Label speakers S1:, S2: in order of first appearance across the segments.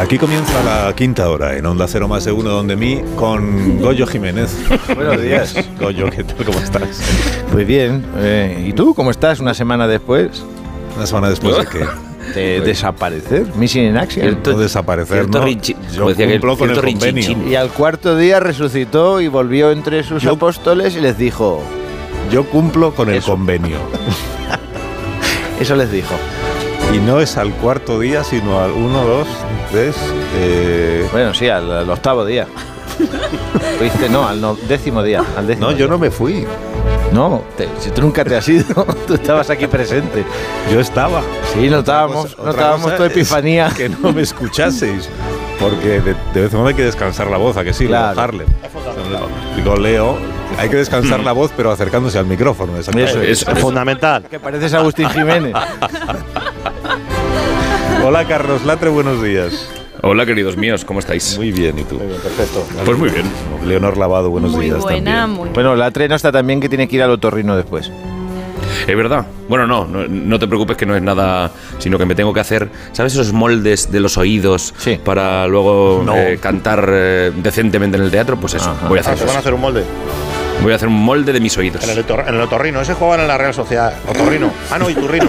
S1: Aquí comienza la quinta hora en Onda Cero más de uno donde mí con Goyo Jiménez.
S2: Buenos días.
S1: Goyo, ¿qué tal? ¿Cómo estás?
S2: Muy Pues, bien. eh, ¿Y tú cómo estás una semana después
S1: Una semana después de que
S2: de desaparecer? Missing in action.
S1: no desaparecer,
S3: Pues- cierto
S1: ¿no?
S3: rinchi-
S1: Yo
S3: como decía aquel,
S1: cumplo con el
S3: cierto
S1: convenio.
S3: rinchichín.
S2: Y al cuarto día resucitó y volvió entre sus
S1: Yo-
S2: apóstoles y les dijo,
S1: Yo cumplo con el
S2: Eso.
S1: convenio.
S2: eso les dijo.
S1: Y no es al cuarto día, sino al uno, dos, tres. eh,
S2: Bueno, sí, al, al octavo día. Fuiste, no, al no- décimo día. Al décimo
S1: No, yo
S2: día.
S1: no me fui.
S2: No, te- si tú nunca te has ido, tú estabas aquí presente.
S1: Yo estaba.
S2: Sí, notábamos,
S1: Pues Otra cosa- otra
S2: notábamos
S1: cosa
S2: tu
S1: es
S2: epifanía.
S1: Que no me escuchaseis. Porque de, de vez en cuando hay que descansar la voz, ¿a que sí?
S2: Claro.
S1: Leo Harlem. Digo, Leo, hay que descansar la voz, pero acercándose al micrófono. exactamente.
S2: Eso
S3: es.
S4: fundamental.
S2: Que pareces Agustín Jiménez.
S1: Hola, Carlos Latre, buenos días.
S3: Hola, queridos míos, ¿cómo estáis?
S1: Muy bien, ¿y tú?
S3: Pues muy bien.
S1: Leonor Lavado, buenos
S5: muy
S1: días
S5: buena,
S1: también.
S5: muy
S2: Bueno, la trena está también que tiene que ir al otorrino después.
S3: Es verdad. Bueno, no, no, no te preocupes que no es nada, sino que me tengo que hacer, ¿sabes esos moldes de los oídos
S2: Sí.
S3: para luego
S1: No.
S3: eh, cantar eh, decentemente en el teatro? Pues eso,
S2: Ajá.
S3: voy a
S4: Ah,
S3: hacer
S4: se van a
S3: eso.
S4: hacer un molde.
S3: Voy a hacer un molde de mis oídos.
S4: En el, otor- en el otorrino. Ese jugaban en la Real Sociedad. Otorrino. Ah, no, Iturrino.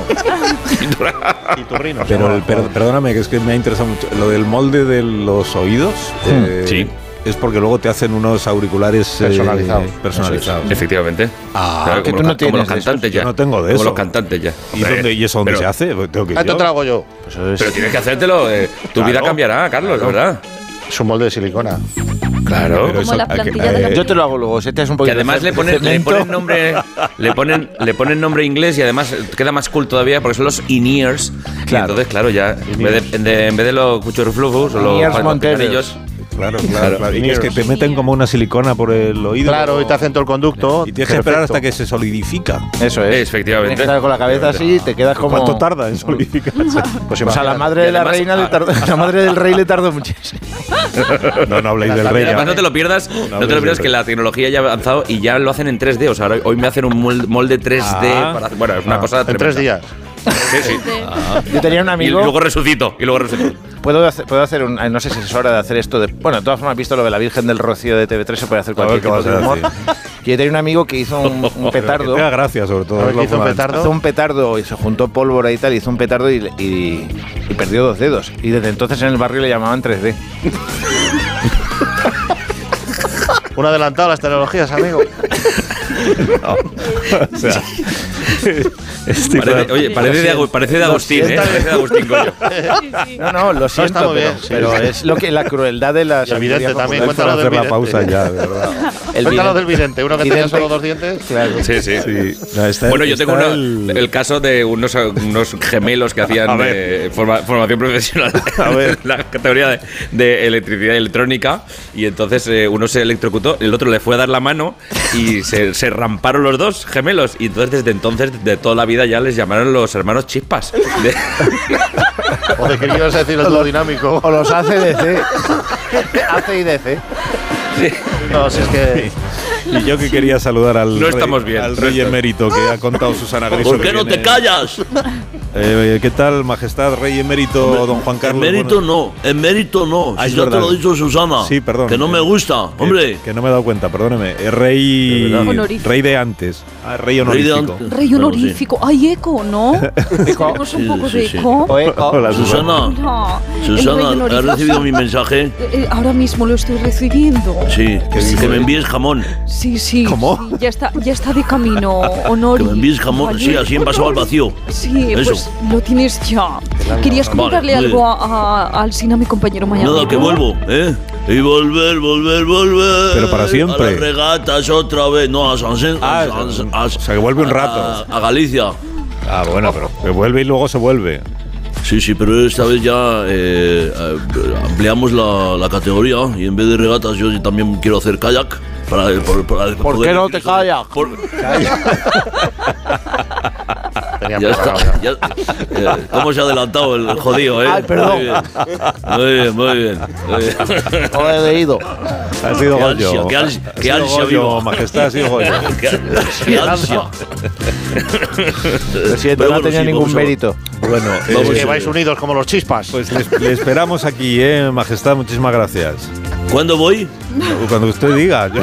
S4: Iturrino. se
S1: Pero
S4: llamaba.
S1: el- per- perdóname, que es que me ha interesado mucho. Lo del molde de los oídos. eh,
S3: Sí.
S1: Es porque luego te hacen unos auriculares eh,
S4: Personalizados.
S1: personalizados.
S3: Efectivamente.
S1: Ah,
S2: que tú
S3: como
S2: no
S3: los ca- como los
S2: tienes de esos.
S3: cantantes ya.
S1: Yo no tengo de
S3: Como
S1: eso.
S3: los cantantes ya.
S1: ¿Y,
S3: Hombre,
S1: dónde, ¿Y eso dónde
S3: pero-
S1: se hace? Tengo que ir
S4: Ah, te
S1: yo.
S4: trago yo.
S2: Eso es-
S3: Pero tienes que hacértelo. eh, tu
S1: Claro.
S3: vida cambiará, Carlos, de ¿verdad?
S4: Es un molde de silicona.
S3: Claro.
S1: Pero
S5: Como la
S1: aqu-
S5: plantilla de la-
S2: Yo te lo hago luego, se te hace un
S3: Que
S2: poquito.
S3: además
S2: de-
S3: le
S2: de
S3: ponen, le
S2: cemento.
S3: ponen nombre le ponen, le ponen nombre inglés y además eh, queda más cool todavía porque son los in-ears. Y
S2: Claro.
S3: entonces, claro, ya en vez de, de- en vez de los cuchurruflufus o los
S2: In-ears
S3: pa-
S2: Monteros.
S3: picarillos,
S1: Claro, claro, claro. Y que es que te meten como una silicona por el oído.
S4: Claro, y te hacen todo el conducto.
S1: Y tienes que esperar
S4: Perfecto.
S1: hasta que se solidifica.
S2: Eso es.
S3: Efectivamente.
S2: Tienes que estar con la cabeza así y te quedas como.
S1: ¿Cuánto tarda en solidificarse?
S4: Pues
S2: O sea, la
S4: imagínate. ah,
S2: madre de la
S3: además-
S2: reina le tardó, la madre del rey le tardó muchísimo.
S1: no, no habléis del
S4: La-
S1: rey. ¿eh?
S3: Además, no
S1: ya.
S3: te lo pierdas, no te
S1: hombre,
S3: lo pierdas
S1: sí,
S3: que la tecnología ya ha avanzado y ya lo hacen en 3D. O sea, ahora- hoy me hacen un mol- molde 3D.
S1: Ah.
S3: para- bueno, es una
S1: Ah.
S3: cosa
S4: En
S3: tremenda.
S4: tres días.
S3: Sí, sí.
S2: Yo tenía un
S3: Y
S2: amigo.
S3: luego resucito. Y luego resucito.
S2: Puedo hacer, puedo hacer un. ay, No sé si es hora de hacer esto. De, bueno, de todas formas, visto lo de la Virgen del Rocío de TV3, se puede hacer
S1: A
S2: cualquier
S1: ver, ¿qué
S2: tipo
S1: vas a
S2: de humor.
S1: decir?
S2: Y Yo tenía un amigo que hizo un, un
S1: Pero
S2: petardo.
S1: que Te da gracia, sobre todo.
S4: A ver
S1: es lo
S4: qué hizo un
S1: fundamental.
S4: petardo.
S2: Hizo un petardo y se juntó pólvora y tal, hizo un petardo y, le- y- y perdió dos dedos. Y desde entonces en el barrio le llamaban 3D.
S4: Un adelantado a las tecnologías, amigo.
S1: O sea, este tipo
S3: Parece-
S1: de-
S3: oye, parece de, Agu- parece de Agustín, ¿eh?
S2: siento.
S3: Parece de Agustín, coño.
S2: No, no, lo siento,
S4: está muy
S2: pero,
S4: bien, sí.
S2: pero es lo que la crueldad de la
S4: Y el vidente
S2: sabiduría
S4: también,
S2: popular.
S1: Esto de
S4: cuéntalo
S1: hacer
S4: del
S1: la
S4: vidente.
S1: pausa ya, de verdad.
S2: El
S4: Cuéntanos del
S2: vidente.
S4: vidente. Uno que tenía
S2: Vidente.
S4: solo dos dientes.
S2: Claro.
S3: Sí, sí.
S1: Sí. No, está-
S3: Bueno, yo
S1: este está
S3: tengo una-
S1: el-
S3: el... caso de unos, unos gemelos que hacían
S1: A ver.
S3: eh, forma- formación profesional
S1: A ver.
S3: en la categoría de, de electricidad y electrónica y entonces eh, uno se electrocutó, el otro le fue a dar la mano y se, se ramparon los dos gemelos y entonces desde entonces de toda la vida ya les llamaron los hermanos chispas. De-
S4: O de que ibas a decir el dúo dinámico.
S2: O los ACDC. ACIDC.
S4: No, si es que.
S1: Y yo que quería saludar al,
S3: No
S1: rey-
S3: estamos bien.
S1: al rey emérito que ha contado Susana Griso.
S6: ¿Por
S1: que
S6: qué no te
S1: viene-
S6: callas?
S1: Eh, ¿Qué tal, majestad, rey emérito, don Juan Carlos?
S6: Emérito
S1: Bueno,
S6: no, emérito no.
S1: Ah,
S6: Si
S1: es
S6: ya te
S1: verdad.
S6: lo he dicho Susana.
S1: Sí, perdón.
S6: Que no me gusta.
S1: que-
S6: Hombre,
S1: Eh, Que, no me he dado cuenta, perdóneme. Eh, rey,
S6: De verdad.
S5: Honorífico.
S1: rey de antes. Ah, rey
S6: rey de
S1: honorífico.
S6: antes.
S5: Rey
S6: Pero
S5: honorífico. Ay, eco, ¿no? Tenemos un
S6: Sí,
S5: poco
S6: sí,
S5: de
S6: sí.
S5: eco.
S1: Hola,
S6: sí.
S1: Susana.
S5: Mira,
S6: Susana,
S5: el rey
S6: Susana, ¿has
S5: honorífico.
S6: recibido mi mensaje?
S5: Eh, eh, Ahora mismo lo estoy recibiendo.
S6: Sí,
S1: dice?
S6: que me envíes jamón.
S5: Sí, sí.
S1: ¿Cómo?
S5: sí, ya, está, ya está de camino,
S6: Que
S5: Honori.
S6: me envíes jamón.
S5: Vale.
S6: Sí, así en pasado al vacío.
S5: Sí,
S6: Eso.
S5: pues lo tienes ya. ¿Querías comentarle
S6: Vale,
S5: algo a, a- al Sina, mi compañero mañana?
S6: Nada, que vuelvo, ¿eh? Y volver, volver, volver.
S1: Pero para siempre.
S6: A las regatas otra vez. No, a San Sen-
S1: Ah,
S6: a- a-
S1: o sea, que vuelve un rato.
S6: A, a Galicia.
S1: Ah, bueno, pero que vuelve y luego se vuelve.
S6: Sí, sí, pero esta vez ya eh, eh, ampliamos la, la categoría y en vez de regatas yo también quiero hacer kayak. Para, por- para
S7: ¿Por
S6: poder-
S7: qué no te callas?
S6: Por-
S4: Tenía
S6: ya
S4: preparado
S6: está.
S4: ya.
S6: ya- eh, ¿Cómo se ha adelantado el, el jodido, eh?
S7: Ay, perdón.
S6: Muy bien, muy bien. Muy bien, muy bien.
S7: No he leído.
S1: Ha sido
S6: Qué
S1: Goyo.
S6: ansia, qué ansia,
S1: Ha
S6: qué
S1: sido
S6: ansia
S1: Goyo,
S6: vivo.
S1: majestad, ha sido Goyo.
S6: Qué- qué ansia.
S7: Lo siento,
S6: Pero
S7: no
S6: bueno,
S7: tenía
S6: sí,
S7: ningún
S6: vamos a-
S7: mérito.
S1: Bueno, eh,
S6: Vamos
S4: Que
S6: a-
S4: vais unidos como los chispas.
S1: pues le, le esperamos aquí, ¿eh? Majestad, muchísimas gracias.
S6: ¿Cuándo voy?
S1: Cuando usted diga, yo-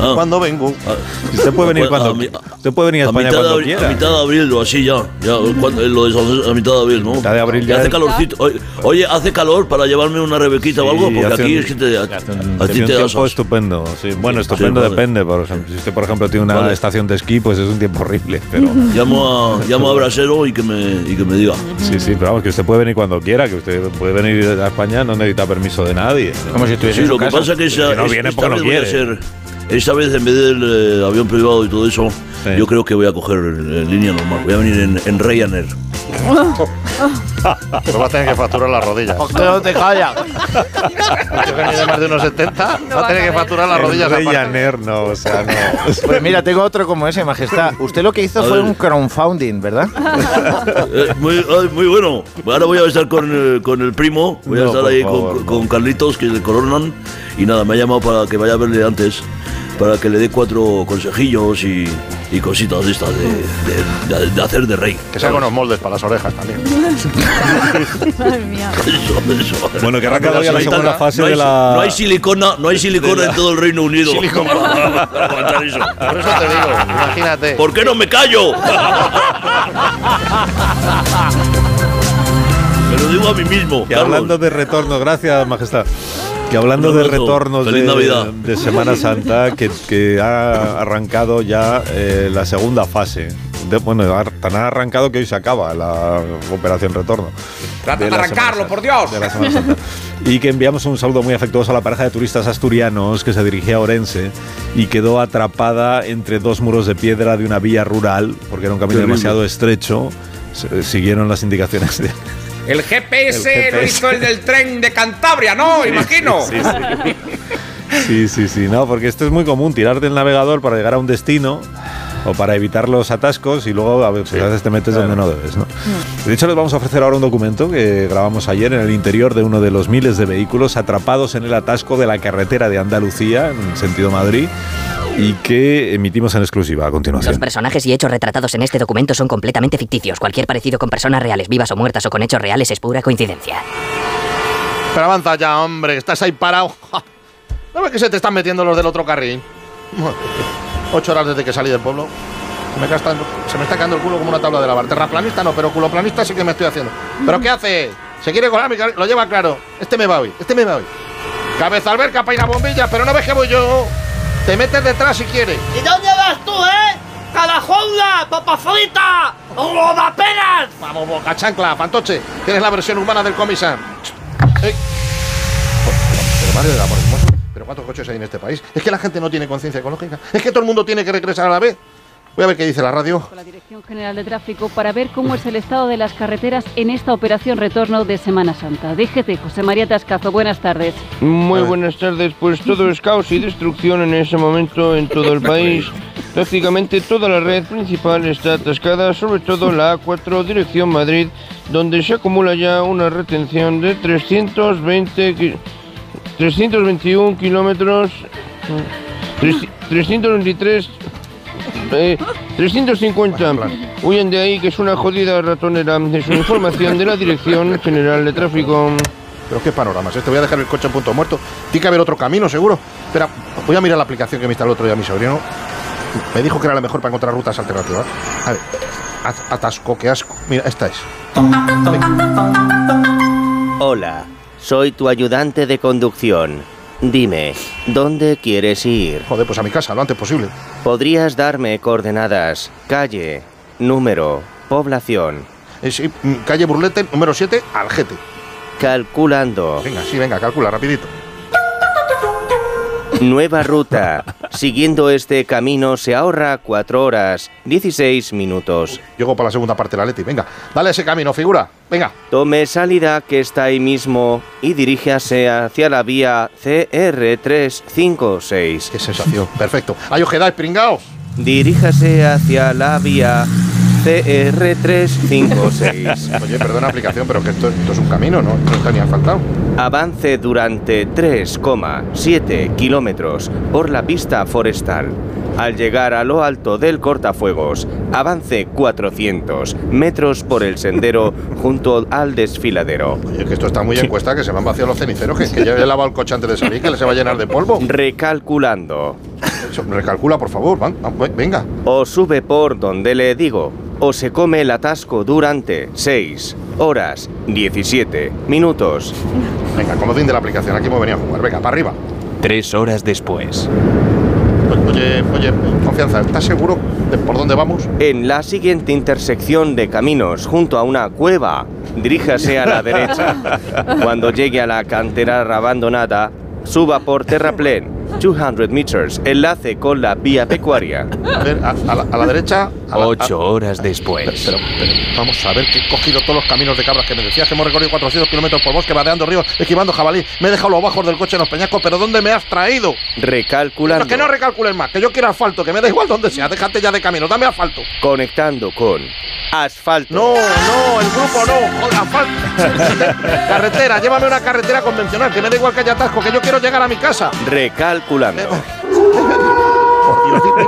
S6: Ah,
S4: Cuando vengo.
S6: ah,
S1: usted puede venir
S6: A-
S1: cuando
S6: a mi-
S1: usted puede venir a
S6: a,
S1: España
S6: mitad de
S1: cuando
S6: abril, a
S1: quiera.
S6: mitad de abril o así ya. ya cuando- eh, lo de San- a mitad de abril, ¿no?
S1: Mitad de abril
S6: Y
S1: ya
S6: hace
S1: es-
S6: calorcito. Oye, oye, hace calor para llevarme una rebequita o
S1: Sí,
S6: algo, porque
S1: hace
S6: aquí
S1: un-
S6: es que te, a,
S1: hace
S6: a
S1: hace
S6: ti
S1: Mm. un
S6: te das.
S1: tiempo estupendo. sí. Bueno, estupendo
S6: Sí, vale.
S1: depende. Por ejemplo, si usted, por ejemplo, tiene una
S6: ¿eh? Vale.
S1: estación de esquí, pues es un tiempo horrible. Pero
S6: Llamo a, llamo a Brasero y que me, y que me diga.
S1: sí, sí, pero vamos, que usted puede venir cuando quiera, que usted puede venir a España, no necesita permiso de nadie.
S7: Como si estuviese
S6: Sí,
S7: en su
S6: lo que
S7: casa.
S6: pasa que esa,
S1: Que no
S6: es-
S1: viene
S6: esta
S1: porque
S6: vez
S1: no
S6: voy a
S1: quiere.
S6: ser- Esta vez en vez del eh, avión privado y todo eso,
S1: Sí.
S6: yo creo que voy a coger eh, línea normal. Voy a venir en, en Ryanair.
S5: Ah.
S4: Me va a tener que facturar las rodillas.
S7: ¿Por qué no te callas?
S4: Yo que soy de más de unos 70, va
S8: va
S4: a
S8: a
S4: tener que
S8: caber.
S4: facturar las
S1: El
S4: rodillas
S1: rey
S4: aparte.
S1: Aner, no, o sea, no.
S7: Pues mira, tengo otro como ese, majestad. Usted lo que hizo
S6: A
S7: fue
S6: ver.
S7: un crowdfunding, ¿verdad?
S6: Eh, muy, ay, muy bueno. Ahora voy a estar con, eh, con el primo, voy a
S1: No,
S6: estar
S1: por
S6: ahí
S1: favor, no.
S6: con, con Carlitos, que es de Coronan. Y nada, me ha llamado para que vaya a verle antes, para que le dé cuatro consejillos y, y cositas de estas de, de- de- de hacer de rey.
S4: Que sea con unos moldes para las orejas también.
S8: Madre mía.
S6: Eso, eso.
S1: Bueno, que arranca
S6: Pero
S1: hoy a la
S6: silicona-
S1: segunda fase
S6: no hay,
S1: de la.
S6: no hay silicona, no hay silicona en todo el Reino Unido.
S4: Silicona.
S6: Para- para aguantar eso.
S4: Por eso te digo, imagínate.
S6: ¿Por qué no me callo? Me lo digo a mí mismo.
S1: Que
S6: Carlos.
S1: hablando de retornos, gracias Majestad. Que hablando
S6: Un
S1: de
S6: abrazo.
S1: retornos
S6: Feliz Navidad.
S1: de, de Semana Santa, que, que ha arrancado ya eh, la segunda fase. De- bueno, ha- tan ha arrancado que hoy se acaba la operación retorno.
S9: Trata
S1: De
S9: de
S1: la
S9: arrancarlo,
S1: Semana
S9: por Dios.
S1: de la Semana Santa. Y que enviamos un saludo muy afectuoso a la pareja de turistas asturianos que se dirigía a Orense y quedó atrapada entre dos muros de piedra de una vía rural, porque era un camino
S6: Terrible.
S1: demasiado estrecho. Se- Siguieron las indicaciones de,
S9: El GPS,
S1: El
S9: lo
S1: GPS.
S9: hizo el del tren de Cantabria, ¿no? Imagino.
S1: Sí, sí, sí, no, porque esto es muy común, tirar del navegador para llegar a un destino o para evitar los atascos y luego a, ver, pues, a veces te metes donde no debes, ¿no? De hecho, les vamos a ofrecer ahora un documento que grabamos ayer en el interior de uno de los miles de vehículos atrapados en el atasco de la carretera de Andalucía, en sentido Madrid, y que emitimos en exclusiva a
S10: Los
S1: continuación.
S10: personajes y hechos retratados en este documento son completamente ficticios. Cualquier parecido con personas reales, vivas o muertas o con hechos reales es pura coincidencia.
S4: Pero avanza ya, hombre, que estás ahí parado. Ja. ¿No ves que se te están metiendo los del otro carril? Madre. Ocho horas desde que salí del pueblo. Se me, casta- se me está cayendo el culo como una tabla de lavar. Terraplanista no, pero culoplanista sí que me estoy haciendo. ¿Pero qué hace? Se quiere colar mi carril. Lo lleva claro. Este me va hoy, este me va hoy. Cabeza alberca, peina bombillas, pero no ves que voy yo. Te metes detrás si quieres.
S11: ¿Y dónde vas tú, eh? ¡Calajonga! ¡Papa frita! ¡Roba penas!
S4: Vamos, boca chancla, fantoche, que eres la versión humana del comisán. Pero madre del amor hermoso, pero ¿cuántos coches hay en este país? Es que la gente no tiene conciencia ecológica. Es que todo el mundo tiene que regresar a la vez. Voy a ver qué dice la radio.
S12: con la Dirección General de Tráfico para ver cómo es el estado de las carreteras en esta operación retorno de Semana Santa. DGT, José María Tascazo, buenas tardes.
S13: Muy buenas tardes, pues todo es caos y destrucción en ese momento en todo el país. Prácticamente toda la red principal está atascada, sobre todo la A4 dirección Madrid, donde se acumula ya una retención de 320 ki- 321 kilómetros, tres- 323, eh, 350. Huyen de ahí que es una jodida ratonera. Es una información de la Dirección General de Tráfico.
S4: Pero qué panoramas, ¿eh? te voy a dejar el coche en punto muerto. Tiene que haber otro camino, seguro. Espera, voy a mirar la aplicación que me instaló el otro día mi sobrino. Me dijo que era la mejor para encontrar rutas alternativas. A ver, at- atasco, qué asco. Mira, esta es.
S14: Hola, soy tu ayudante de conducción. Dime, ¿dónde quieres ir?
S4: Joder, pues a mi casa, lo antes posible.
S14: ¿Podrías darme coordenadas, calle, número, población?
S4: Eh, sí, mm, calle Burlete, número 7, Algete.
S14: Calculando.
S4: Venga, sí, venga, calcula rapidito.
S14: Nueva ruta. Siguiendo este camino se ahorra 4 horas 16 minutos.
S4: Llego para la segunda parte de la Leti, venga. Dale ese camino, figura. Venga.
S14: Tome salida que está ahí mismo y diríjase hacia la vía CR356.
S4: Qué sensación. Perfecto. Ahí os quedáis, pringaos.
S14: Diríjase hacia la vía CR356.
S4: Oye, perdona aplicación, pero que esto, esto es un camino, ¿no? No está ni asfaltado.
S14: Avance durante 3,7 kilómetros por la pista forestal. Al llegar a lo alto del cortafuegos, avance 400 metros por el sendero junto al desfiladero.
S4: Oye, que esto está muy en cuesta, que se van vaciar los ceniceros, que, que ya he lavado el coche antes de salir, que le se va a llenar de polvo.
S14: Recalculando.
S4: Eso, recalcula, por favor, van, van, venga.
S14: O sube por donde le digo, o se come el atasco durante 6 horas 17 minutos.
S4: Venga, comodín de la aplicación, aquí hemos venido a jugar, venga, para arriba.
S14: Tres horas después.
S4: Pues, Oye, oye, confianza, ¿estás seguro de por dónde vamos?
S14: En la siguiente intersección de caminos, junto a una cueva, diríjase a la derecha. Cuando llegue a la cantera abandonada, suba por terraplén, 200 meters, enlace con la vía pecuaria.
S4: A ver, a, a la, a la derecha. a la- a-
S14: Ocho horas después.
S4: Pero, pero vamos a ver que he cogido todos los caminos de cabras que me decías que hemos recorrido 400 kilómetros por bosque, vadeando ríos, esquivando jabalí. Me he dejado los bajos del coche en los peñascos, pero ¿dónde me has traído?
S14: Recalculando.
S4: No, que no recalcules más, que yo quiero asfalto, que me da igual dónde sea, déjate ya de camino, dame asfalto.
S14: Conectando con asfalto.
S4: No, no, el grupo no, joder, asfalto. carretera, llévame a una carretera convencional, que me da igual que haya atasco, que yo quiero llegar a mi casa.
S14: Recalculando.
S4: Por Dios, dime,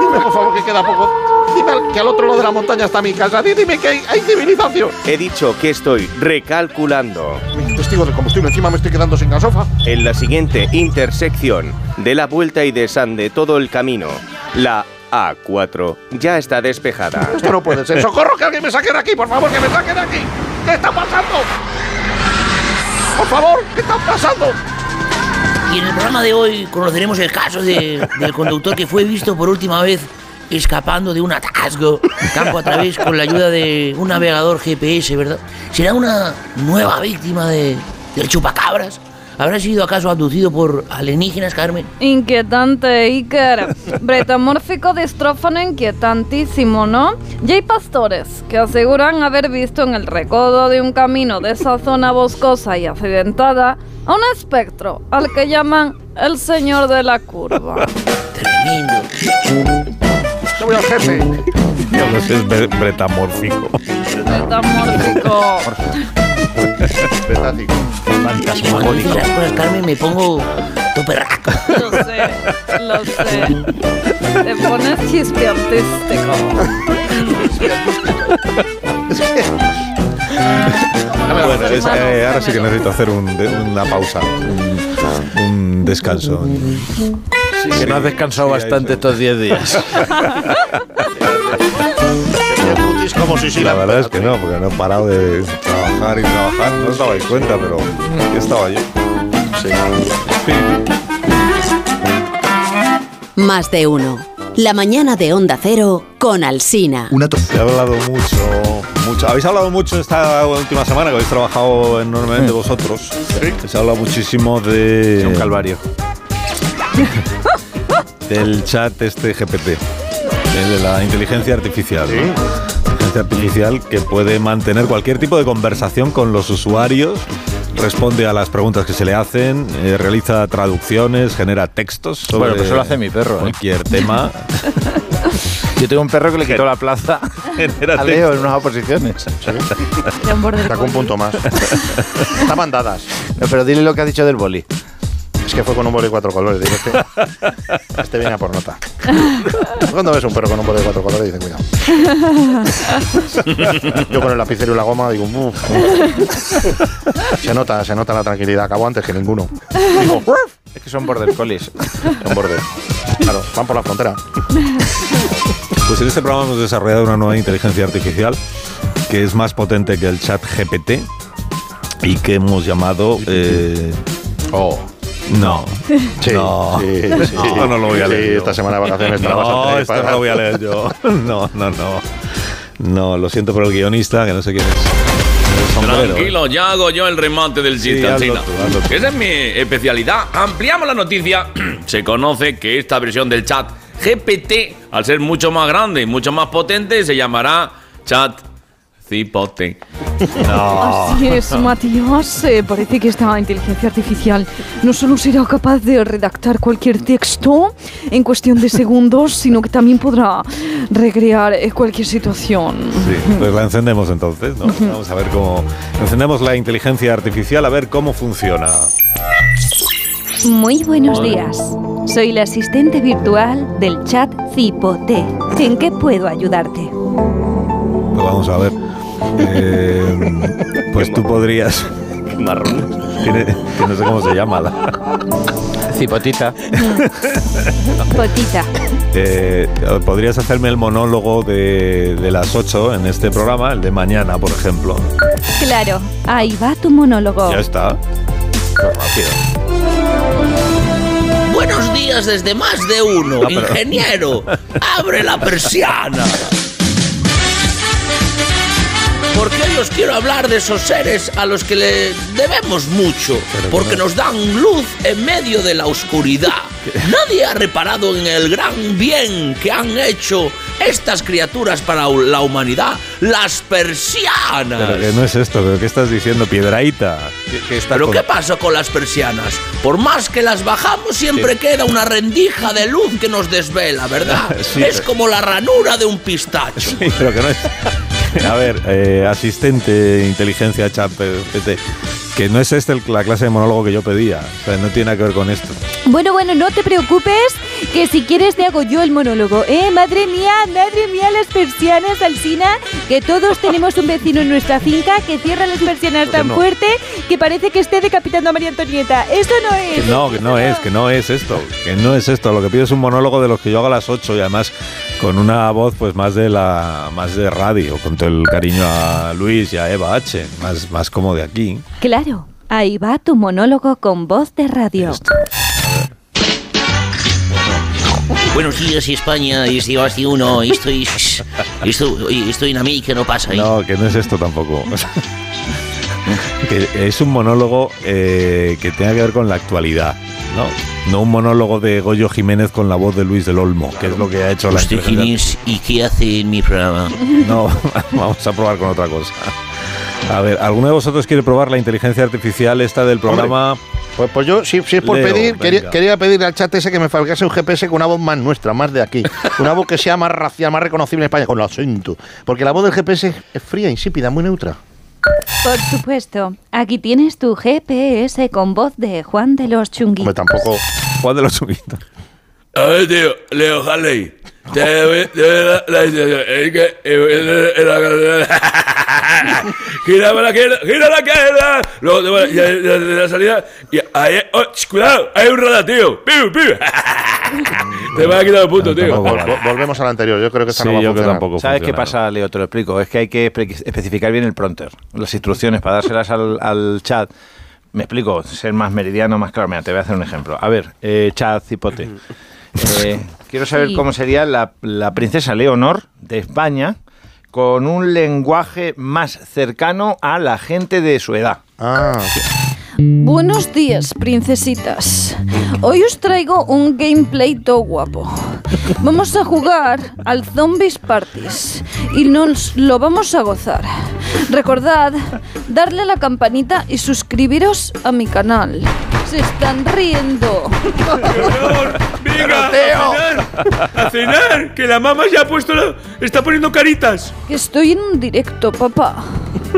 S4: dime, por favor, que queda poco. Dime al- que al otro lado de la montaña está mi casa, Di- dime que hay, hay civilización.
S14: He dicho que estoy recalculando.
S4: Testigo del combustible, encima me estoy quedando sin gasofa.
S14: En la siguiente intersección de la vuelta y desande todo el camino, la A4 ya está despejada.
S4: Esto no puede ser. ¡Socorro, que alguien me saque de aquí! ¡Por favor, que me saque de aquí! ¿Qué está pasando? ¡Por favor! ¿Qué está pasando?
S15: Y en el programa de hoy conoceremos el caso de- del conductor que fue visto por última vez escapando de un atasco campo a través con la ayuda de un navegador GPS, ¿verdad? ¿Será una nueva víctima de, del chupacabras? ¿Habrá sido acaso abducido por alienígenas, Carmen?
S8: Inquietante, Iker. Bretamórfico distrófano inquietantísimo, ¿no? Y hay pastores que aseguran haber visto en el recodo de un camino de esa zona boscosa y accidentada a un espectro al que llaman el señor de la curva.
S4: Yo voy al jefe.
S1: Yo no sé, es bre- bretamórfico.
S8: Bretamórfico.
S4: Fantástico.
S15: Cuando dices las cosas, Carmen, me pongo toperraco.
S8: Lo sé, lo sé. Te pones chispe artístico.
S1: Bueno, es- eh, ahora sí que necesito hacer un de- una pausa, un, un descanso.
S2: que no has descansado bastante estos 10 días.
S1: La verdad es que no, porque no he parado de trabajar y trabajar. No os dabais cuenta, pero aquí estaba yo.
S16: Más de uno. La mañana de Onda Cero con Alsina.
S1: He hablado mucho, mucho. Habéis hablado mucho esta última semana, que habéis trabajado enormemente vosotros. Se ha hablado muchísimo de. un calvario. Del chat este GPT. el eh, De la inteligencia artificial. ¿no? Inteligencia artificial que puede mantener cualquier tipo de conversación con los usuarios, responde a las preguntas que se le hacen, eh, realiza traducciones, genera textos. Sobre
S7: Bueno, pues eso lo hace mi perro, ¿eh?
S1: Cualquier tema.
S7: Yo tengo un perro que le quitó la plaza
S1: Genera
S7: a Leo en
S1: textos.
S7: unas oposiciones.
S4: Saca un punto más. Está mandadas.
S7: No, pero dile lo que ha dicho del boli.
S4: Es que fue con un boli de cuatro colores. Digo, este, este viene a por nota. Cuando ves un perro con un boli de cuatro colores, dice, cuidado. Yo con el lapicero y la goma digo, "Uf". se nota, se nota la tranquilidad. Acabo antes que ninguno. Digo,
S7: Es que son border collies.
S4: Son border. Claro, van por la frontera.
S1: Pues en este programa hemos desarrollado una nueva inteligencia artificial que es más potente que el chat GPT y que hemos llamado... eh, No. no.
S4: Oh. sí.
S1: no, no lo voy a leer.
S4: Sí,
S1: yo.
S4: esta semana de vacaciones te la vas a
S1: No,
S4: tener
S1: esto
S4: para-
S1: no lo voy a leer yo. No, no, no. No, lo siento por el guionista, que no sé quién es.
S3: Tranquilo, ya hago yo el remate del chiste,
S1: hazlo
S3: Alsina.
S1: tú, hazlo tú.
S3: Esa es mi especialidad. Ampliamos la noticia. Se conoce que esta versión del chat GPT, al ser mucho más grande y mucho más potente, se llamará chat cipote.
S8: Así es, Matías. eh, parece que esta inteligencia artificial no solo será capaz de redactar cualquier texto en cuestión de segundos, sino que también podrá recrear eh, cualquier situación.
S1: Sí, pues la encendemos entonces, ¿no? Vamos a ver cómo. Encendemos la inteligencia artificial a ver cómo funciona.
S17: Muy buenos días. Soy la asistente virtual del chat Cipote. ¿En qué puedo ayudarte?
S1: Pues vamos a ver. Eh, pues tú podrías.
S14: Marrón.
S1: que no sé cómo se llama. Cipotita.
S17: Potita.
S1: Eh, podrías hacerme el monólogo de, de las 8 en este programa, el de mañana, por ejemplo.
S17: Claro, ahí va tu monólogo.
S1: Ya está. Qué rápido.
S15: Buenos días desde más de uno.
S1: No, pero-
S15: Ingeniero, abre la persiana. Porque hoy os quiero hablar de esos seres a los que le debemos mucho, porque nos dan luz en medio de la oscuridad. Nadie ha reparado en el gran bien que han hecho estas criaturas para la humanidad, las
S1: Pero
S15: persianas.
S1: que no es esto, pero ¿qué estás diciendo? Piedraíta. ¿Qué, qué está
S15: ¿Pero
S1: con-
S15: qué pasa con las persianas? Por más que las bajamos, siempre queda una rendija de luz que nos desvela, ¿verdad?
S1: Sí,
S15: es
S1: pero-
S15: como la ranura de un pistacho.
S1: Sí, pero que no es. A ver, eh, asistente, inteligencia, chat, PT, que no es este el- la clase de monólogo que yo pedía. O sea, no tiene nada que ver con esto.
S17: Bueno, bueno, no te preocupes, que si quieres te hago yo el monólogo. ¿Eh? Madre mía, madre mía, las persianas, Alsina, que todos tenemos un vecino en nuestra finca que cierra las persianas tan
S1: no.
S17: fuerte que parece que esté decapitando a María Antonieta. Eso no
S1: Que
S17: es.
S1: no, que no es, que no es esto. Que no es esto. Lo que pido es un monólogo de los que yo hago a las 8 y además con una voz pues más de la más de radio, con todo el cariño a Luis y a Eva H, más, más como de aquí.
S17: Claro, ahí va tu monólogo con voz de radio.
S15: Buenos días, España, y si vas de uno, y estoy, estoy, estoy en América, no pasa. ¿eh?
S1: No, que no es esto tampoco. que es un monólogo eh, que tenga que ver con la actualidad, ¿no? No un monólogo de Goyo Jiménez con la voz de Luis del Olmo, que es lo que ha hecho la
S15: ¿Usted quién
S1: inteligencia-
S15: es y qué hace en mi programa?
S1: No, vamos a probar con otra cosa. A ver, ¿alguno de vosotros quiere probar la inteligencia artificial esta del programa?
S4: Pues, pues yo, si, si es por
S1: Leo,
S4: pedir, quería,
S1: venga.
S4: quería pedirle al chat ese que me fabricase un GPS con una voz más nuestra, más de aquí. Una voz que sea más racial, más reconocible en España, con el acento. Porque la voz del GPS es fría, insípida, muy neutra.
S17: Por supuesto, aquí tienes tu GPS con voz de Juan de los Chunguitos.
S4: tampoco.
S1: ¿Cuál de los subitos?
S6: A ver, tío, Leo Harley. Te doy te doy la- la licencia. Es que. eh, eh, eh, la- la- la- Gira para la izquierda, gira a la izquierda. Luego te va- y ahí- de de la salida. Y ahí. oh, ch, cuidado, hay un radar, tío. Piu, piu. Te va a quitar el punto, tío.
S4: volvemos al anterior, yo creo que esta
S6: Sí,
S4: no va a
S6: yo creo
S4: funcionar.
S6: tampoco
S2: ¿Sabes qué pasa, Leo? Te lo explico. Es que hay que espe- especificar bien el prompter, las instrucciones para dárselas al, al chat. Me explico, ser más meridiano, más claro. Mira, te voy a hacer un ejemplo. A ver, eh, chat cipote. Eh, quiero saber
S7: Sí.
S2: cómo sería la, la princesa Leonor de España con un lenguaje más cercano a la gente de su edad.
S4: Ah.
S8: Buenos días, princesitas. Hoy os traigo un gameplay todo guapo. Vamos a jugar al Zombies Parties y nos lo vamos a gozar. Recordad darle a la campanita y suscribiros a mi canal. Se están riendo.
S6: Venga, a cenar. A cenar, que la mamá ya ha puesto. la- está poniendo caritas.
S8: Que estoy en un directo, papá.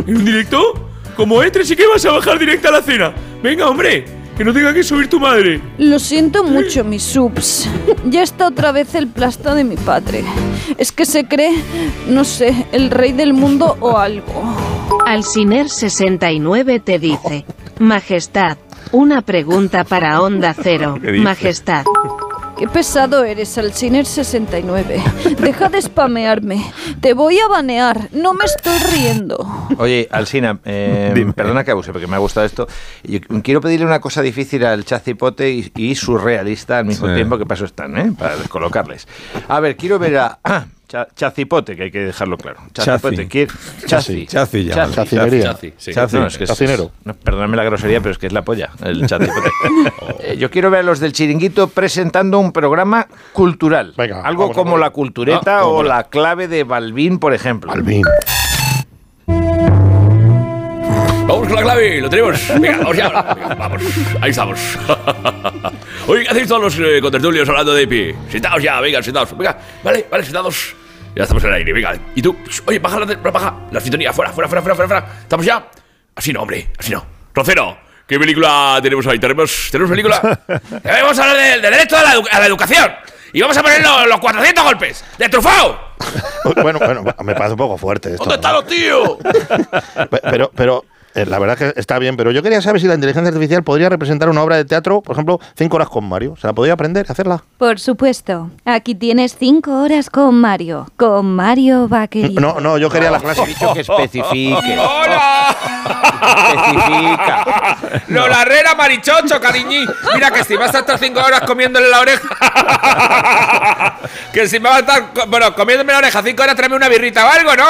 S6: ¿En un directo? Como entres y que vas a bajar directa a la cena. Venga, hombre, que no tenga que subir tu madre.
S8: Lo siento mucho, mis subs. Ya está otra vez el plasta de mi padre. Es que se cree, no sé, el rey del mundo o algo.
S18: Alciner69 te dice, Majestad, una pregunta para Onda Cero,
S8: ¿Qué dice?
S18: Majestad.
S8: Qué pesado eres, Alciner69. Deja de spamearme. Te voy a banear. No me estoy riendo.
S2: Oye, Alsina, eh, perdona que abuse, porque me ha gustado esto. Yo quiero pedirle una cosa difícil al chacipote y, y surrealista al mismo
S1: Sí.
S2: tiempo que paso están, ¿eh? para descolocarles. A ver, quiero ver a, Cha- chacipote, que hay que dejarlo claro.
S1: Chaci.
S2: Chacipote, quiere-
S1: Chaci.
S2: chaci.
S1: Chaci, llámalo.
S2: Chaci,
S1: Chacinería.
S2: chaci, sí.
S1: Chaci.
S2: No, es que es-
S1: Chacinero.
S2: no, perdóname la grosería, pero es que es la polla, el chacipote. Eh, Yo quiero ver a los del chiringuito presentando un programa cultural. Algo
S13: vamos a
S2: como
S13: ver.
S2: la cultureta
S13: Ah,
S2: o
S13: vamos a
S2: la
S13: ver.
S2: clave de Balbín, por ejemplo. Balbín.
S15: Vamos con la clave, lo tenemos. Venga, vamos ya. Venga, vamos, ahí estamos. Oye, ¿qué hacéis todos los eh, contertulios hablando de pie? Sentaos ya, venga, sentaos. Venga, vale, vale, sentados. Ya estamos en el aire, venga. Y tú, Psh, oye, baja la, baja la sintonía, fuera, fuera, fuera, fuera, fuera, fuera. ¿Estamos ya? Así no, hombre, así no. Rocero, ¿qué película tenemos ahí? ¿Tenemos, tenemos película? Eh, vamos a hablar del del derecho a la, edu- a la educación. Y vamos a poner los, los 400 golpes de Truffaut.
S4: bueno, bueno, me parece un poco fuerte esto.
S15: ¿Dónde están los tíos?
S4: Pe- Pero, pero eh, la verdad es que está bien, pero yo quería saber si la inteligencia artificial podría representar una obra de teatro, por ejemplo, cinco horas con Mario. ¿Se la podría aprender a hacerla?
S17: Por supuesto, aquí tienes cinco horas con Mario, con Mario Vaquerito.
S4: No, no, yo quería las clases.
S2: He dicho que especifique.
S9: Lola Herrera, marichocho, cariñí. Mira que si vas a estar cinco horas comiéndole la oreja. que si me vas a estar, co- bueno, comiéndome la oreja cinco horas, tráeme una birrita o algo, ¿no?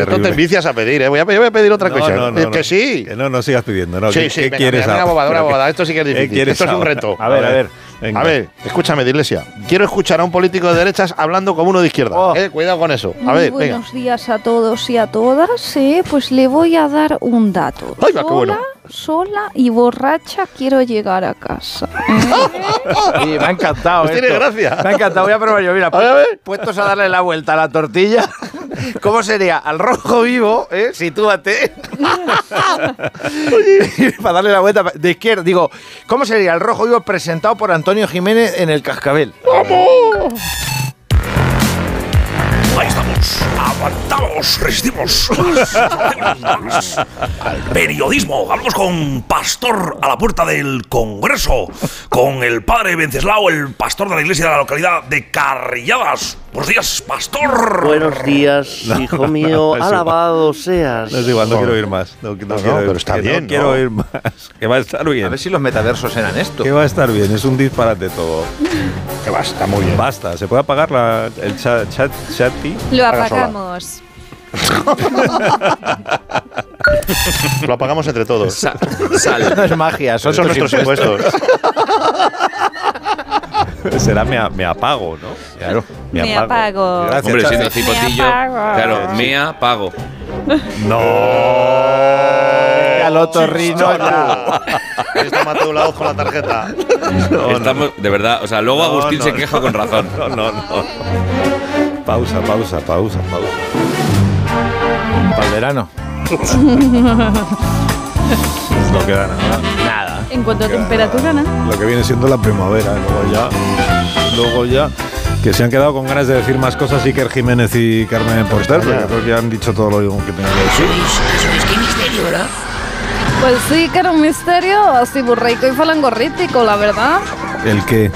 S4: Esto te vicias a pedir, ¿eh? Voy a, yo voy a pedir otra
S1: No,
S4: cosa.
S1: no, no,
S4: Es
S1: no.
S4: que sí.
S1: Que no, no sigas pidiendo. No.
S4: Sí,
S1: ¿Qué,
S4: sí,
S1: qué
S4: venga,
S1: quieres
S4: venga,
S1: ahora?
S4: venga, bobada,
S1: Pero
S4: bobada.
S1: ¿qué-
S4: Esto sí que es
S1: qué
S4: difícil.
S1: quieres
S4: Esto es un
S1: ahora?
S4: reto.
S1: A ver, a ver.
S4: A
S1: Venga.
S4: ver, escúchame, de Iglesia. Quiero escuchar a un político de derechas hablando como uno de izquierda.
S1: Oh.
S4: Eh, cuidado con eso. A
S8: Muy
S4: ver, venga.
S8: buenos días a todos y a todas. eh, Pues le voy a dar un dato.
S4: Ay, va, qué bueno.
S8: sola y borracha quiero llegar a casa.
S2: Oye, me ha encantado.
S4: Pues tiene
S2: esto.
S4: gracia.
S2: Me ha encantado. Voy a probar yo. Mira, puestos a darle la vuelta a la tortilla, ¿cómo sería? Al rojo vivo, ¿eh? Sitúate. Para darle la vuelta de izquierda. Digo, ¿cómo sería el rojo vivo presentado por Antonio Jiménez en el Cascabel?
S15: Ahí estamos, aguantamos, resistimos. Periodismo, hablamos con Pastor a la puerta del Congreso, con el padre Venceslao, el pastor de la iglesia de la localidad de Carrilladas. Buenos días, Pastor.
S19: Buenos días, hijo mío.
S1: es
S19: Alabado seas.
S1: No es igual, no quiero oír más. No, no quiero, oír- que No quiero oír más. Que va a estar bien. A ver
S2: si los metaversos eran esto.
S1: Que va a estar bien. Es un disparate todo.
S4: Que basta, muy bien.
S1: Basta. ¿Se puede apagar la, el chat, chat, chati?
S17: Lo apagamos.
S4: Lo apagamos entre todos.
S2: No es magia, son,
S4: Son
S2: tus
S4: nuestros impuestos.
S1: Será me, a- me apago, ¿no? Claro.
S17: Me apago.
S1: Gracias,
S3: Hombre, siendo
S1: Chachi.
S3: cipotillo,
S17: Me apago.
S3: claro, me apago.
S4: Oh.
S2: Al otorrino
S4: Está matulado con la tarjeta.
S3: Estamos, de verdad, o sea, luego Agustín se queja con razón.
S1: No, no, no. Pausa, pausa, pausa, pausa.
S2: Para el verano.
S1: No queda nada.
S2: Nada.
S5: En cuanto a temperatura, ¿no?
S1: Lo que viene siendo la primavera. ¿eh? Luego ya. Luego ya. Que se han quedado con ganas de decir más cosas Iker Jiménez y Carmen Porter, pero yo creo que ya han dicho todo lo que tenían que decir.
S19: Es que misterio, ¿verdad?
S8: Pues sí, que era un misterio así burrico y falangorrítico, la verdad.
S1: ¿El qué?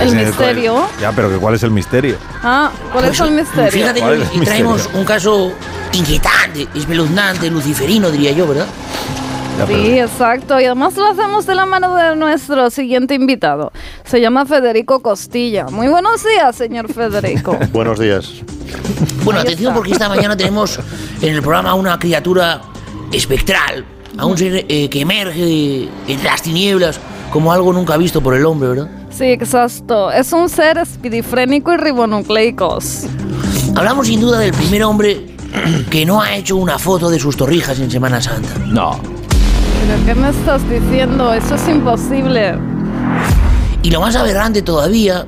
S8: El
S1: Ese-
S8: misterio.
S1: Ya, pero que ¿cuál es el misterio?
S8: Ah, ¿cuál es el misterio?
S19: Pues Fíjate
S1: ¿Cuál es
S19: que
S1: el
S19: hoy traemos
S1: misterio?
S19: un caso inquietante, espeluznante, luciferino, diría yo, ¿verdad?
S8: Sí, exacto. Y además lo hacemos de la mano de nuestro siguiente invitado. Se llama Federico Costilla. Muy buenos días, señor Federico.
S4: Buenos días.
S19: Bueno, atención porque esta mañana tenemos en el programa una criatura espectral, a un ser eh, que emerge entre las tinieblas como algo nunca visto por el hombre, ¿verdad?
S8: Sí, exacto. Es un ser espidifrénico y ribonucleicos.
S19: Hablamos sin duda del primer hombre que no ha hecho una foto de sus torrijas en Semana Santa. No.
S8: ¿Pero qué me estás diciendo? Eso es imposible.
S19: Y lo más aberrante todavía,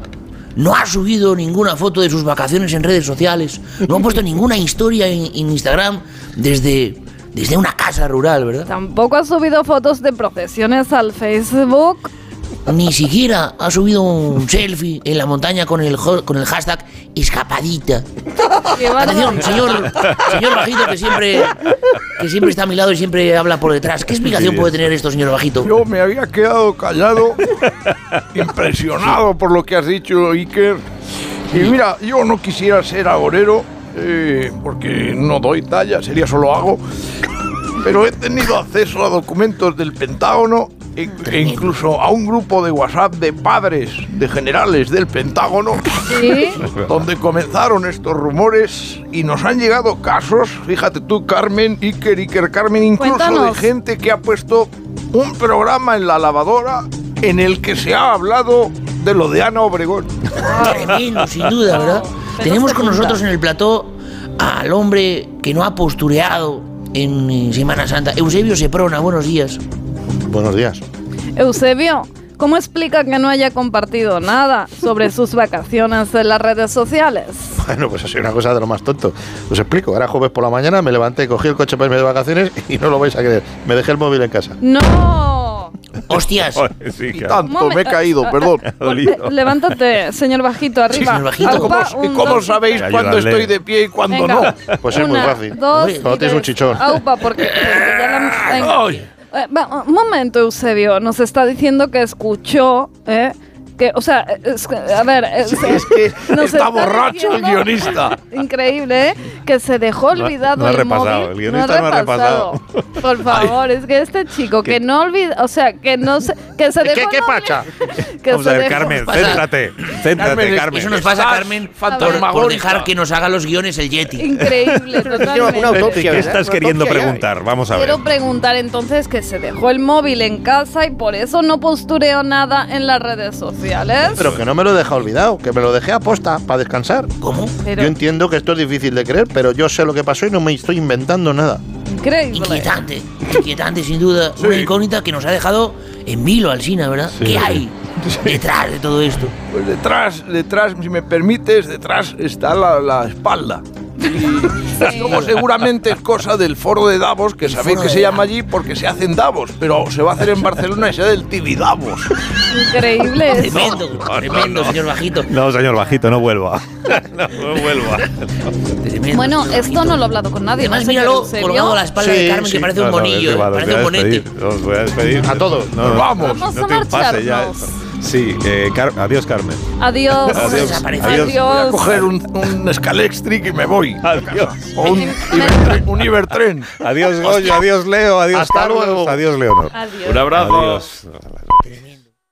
S19: no ha subido ninguna foto de sus vacaciones en redes sociales, no ha puesto ninguna historia en, en Instagram desde, desde una casa rural, ¿verdad?
S8: Tampoco ha subido fotos de procesiones al Facebook.
S19: Ni siquiera ha subido un selfie en la montaña con el, jo- con el hashtag escapadita.
S8: Qué
S19: Atención,
S8: barbaridad.
S19: señor, señor Bajito, que siempre, que siempre está a mi lado y siempre habla por detrás. ¿Qué explicación puede tener esto, señor Bajito?
S20: Yo me había quedado callado, impresionado por lo que has dicho, Iker. Y mira, yo no quisiera ser agorero, eh, porque no doy talla, sería solo hago. Pero he tenido acceso a documentos del Pentágono e- e incluso a un grupo de WhatsApp de padres de generales del Pentágono,
S8: Sí.
S20: donde comenzaron estos rumores y nos han llegado casos, fíjate tú, Carmen, Iker, Iker, Carmen, incluso
S8: Cuéntanos.
S20: de gente que ha puesto un programa en la lavadora en el que se ha hablado de lo de Ana Obregón.
S19: Tremendo, sin duda, ¿verdad? Tenemos con nosotros en el plató al hombre que no ha postureado en eh, Semana Santa, Eusebio Seprona. Buenos días.
S4: Buenos días.
S8: Eusebio, ¿cómo explica que no haya compartido nada sobre sus vacaciones en las redes sociales?
S4: Bueno, pues ha sido una cosa de lo más tonto. Os explico, era jueves por la mañana, me levanté, cogí el coche para irme de vacaciones y no lo vais a creer. Me dejé el móvil en casa.
S8: No.
S19: Hostias.
S20: y tanto,
S8: Momen-
S20: me he caído, perdón.
S8: Le- Levántate, señor bajito, arriba. Al
S20: Ah, ¿Cómo,
S8: pa- un,
S20: cómo
S8: dos,
S20: sabéis
S4: Ayúdale.
S20: cuándo estoy de pie y cuándo
S8: Venga.
S20: no?
S4: Pues es muy
S8: una,
S4: fácil.
S8: Dos, y
S4: Cuando tienes un
S8: tres.
S4: chichón.
S8: Aupa, porque porque ya la- venga. Eh, va, un momento, Eusebio. Nos está diciendo que escuchó, ¿eh? Que, o sea, es que- a ver, es, nos
S20: Está borracho el
S8: diciendo-
S20: guionista.
S8: Increíble, ¿eh? Que se dejó
S1: No ha-
S8: olvidado
S1: no ha
S8: el
S1: repasado,
S8: móvil.
S1: el guionista no ha
S8: Por favor, es que este chico que no olvida, o sea, que no se, que se dejó el móvil- que
S1: Vamos
S8: se
S1: a ver,
S8: dejó-
S1: Carmen,
S8: Pasa-
S1: céntrate. Céntrate, Carmen.
S19: Eso nos pasa, Carmen, por, por
S1: fantasmagórica.
S19: dejar que nos haga los guiones el Yeti.
S8: Increíble, totalmente.
S1: ¿Qué estás queriendo preguntar? ¿eh? Vamos a ver.
S8: Quiero preguntar entonces que se dejó el móvil en casa y por eso no postureó nada en las redes sociales.
S4: Pero que no me lo he dejado olvidado, que me lo dejé aposta para descansar.
S19: ¿Cómo?
S8: Pero-
S4: Yo entiendo que esto es difícil de creer, pero yo sé lo que pasó y no me estoy inventando nada.
S8: Increíble.
S19: Inquietante, inquietante sin duda. Una incógnita que nos ha dejado en vilo Alsina, ¿verdad? ¿Qué hay detrás de todo esto?
S20: Pues detrás, detrás, si me permites, detrás está la, la espalda. Y luego seguramente es cosa del foro de Davos, que sabéis
S19: foro
S20: que
S19: de
S20: se llama allí porque se hace en Davos, pero se va a hacer en Barcelona y será del Tibidavos.
S8: Increíble.
S19: Tremendo, tremendo, señor Bajito.
S1: No, señor Bajito, no vuelva. no, no vuelva.
S19: Tremendo.
S8: Bueno, esto no lo he hablado con nadie.
S19: Además,
S8: ¿no, señor
S19: míralo
S8: Eusebio?
S19: colgado a la espalda de Carmen, que parece un monillo,
S1: es
S19: eh,
S1: que va, los
S19: parece un
S1: voy a
S19: bonete.
S1: despedir, Los voy a despedir. A todos.
S20: Nos vamos.
S8: Vamos
S1: No
S8: a
S1: te pases ya.
S8: marcharnos.
S1: Sí, eh, Car- adiós, Carmen.
S8: Adiós.
S1: Adiós.
S8: Adiós.
S20: Voy a coger un, un Scalextric y me voy.
S1: Adiós.
S20: O un, Ibertren- un Ibertren.
S1: Adiós, Goyo. Adiós, Leo. Adiós,
S20: Hasta
S1: Carlos.
S20: luego.
S1: Adiós, Leonor.
S8: Adiós.
S1: Un abrazo. Adiós.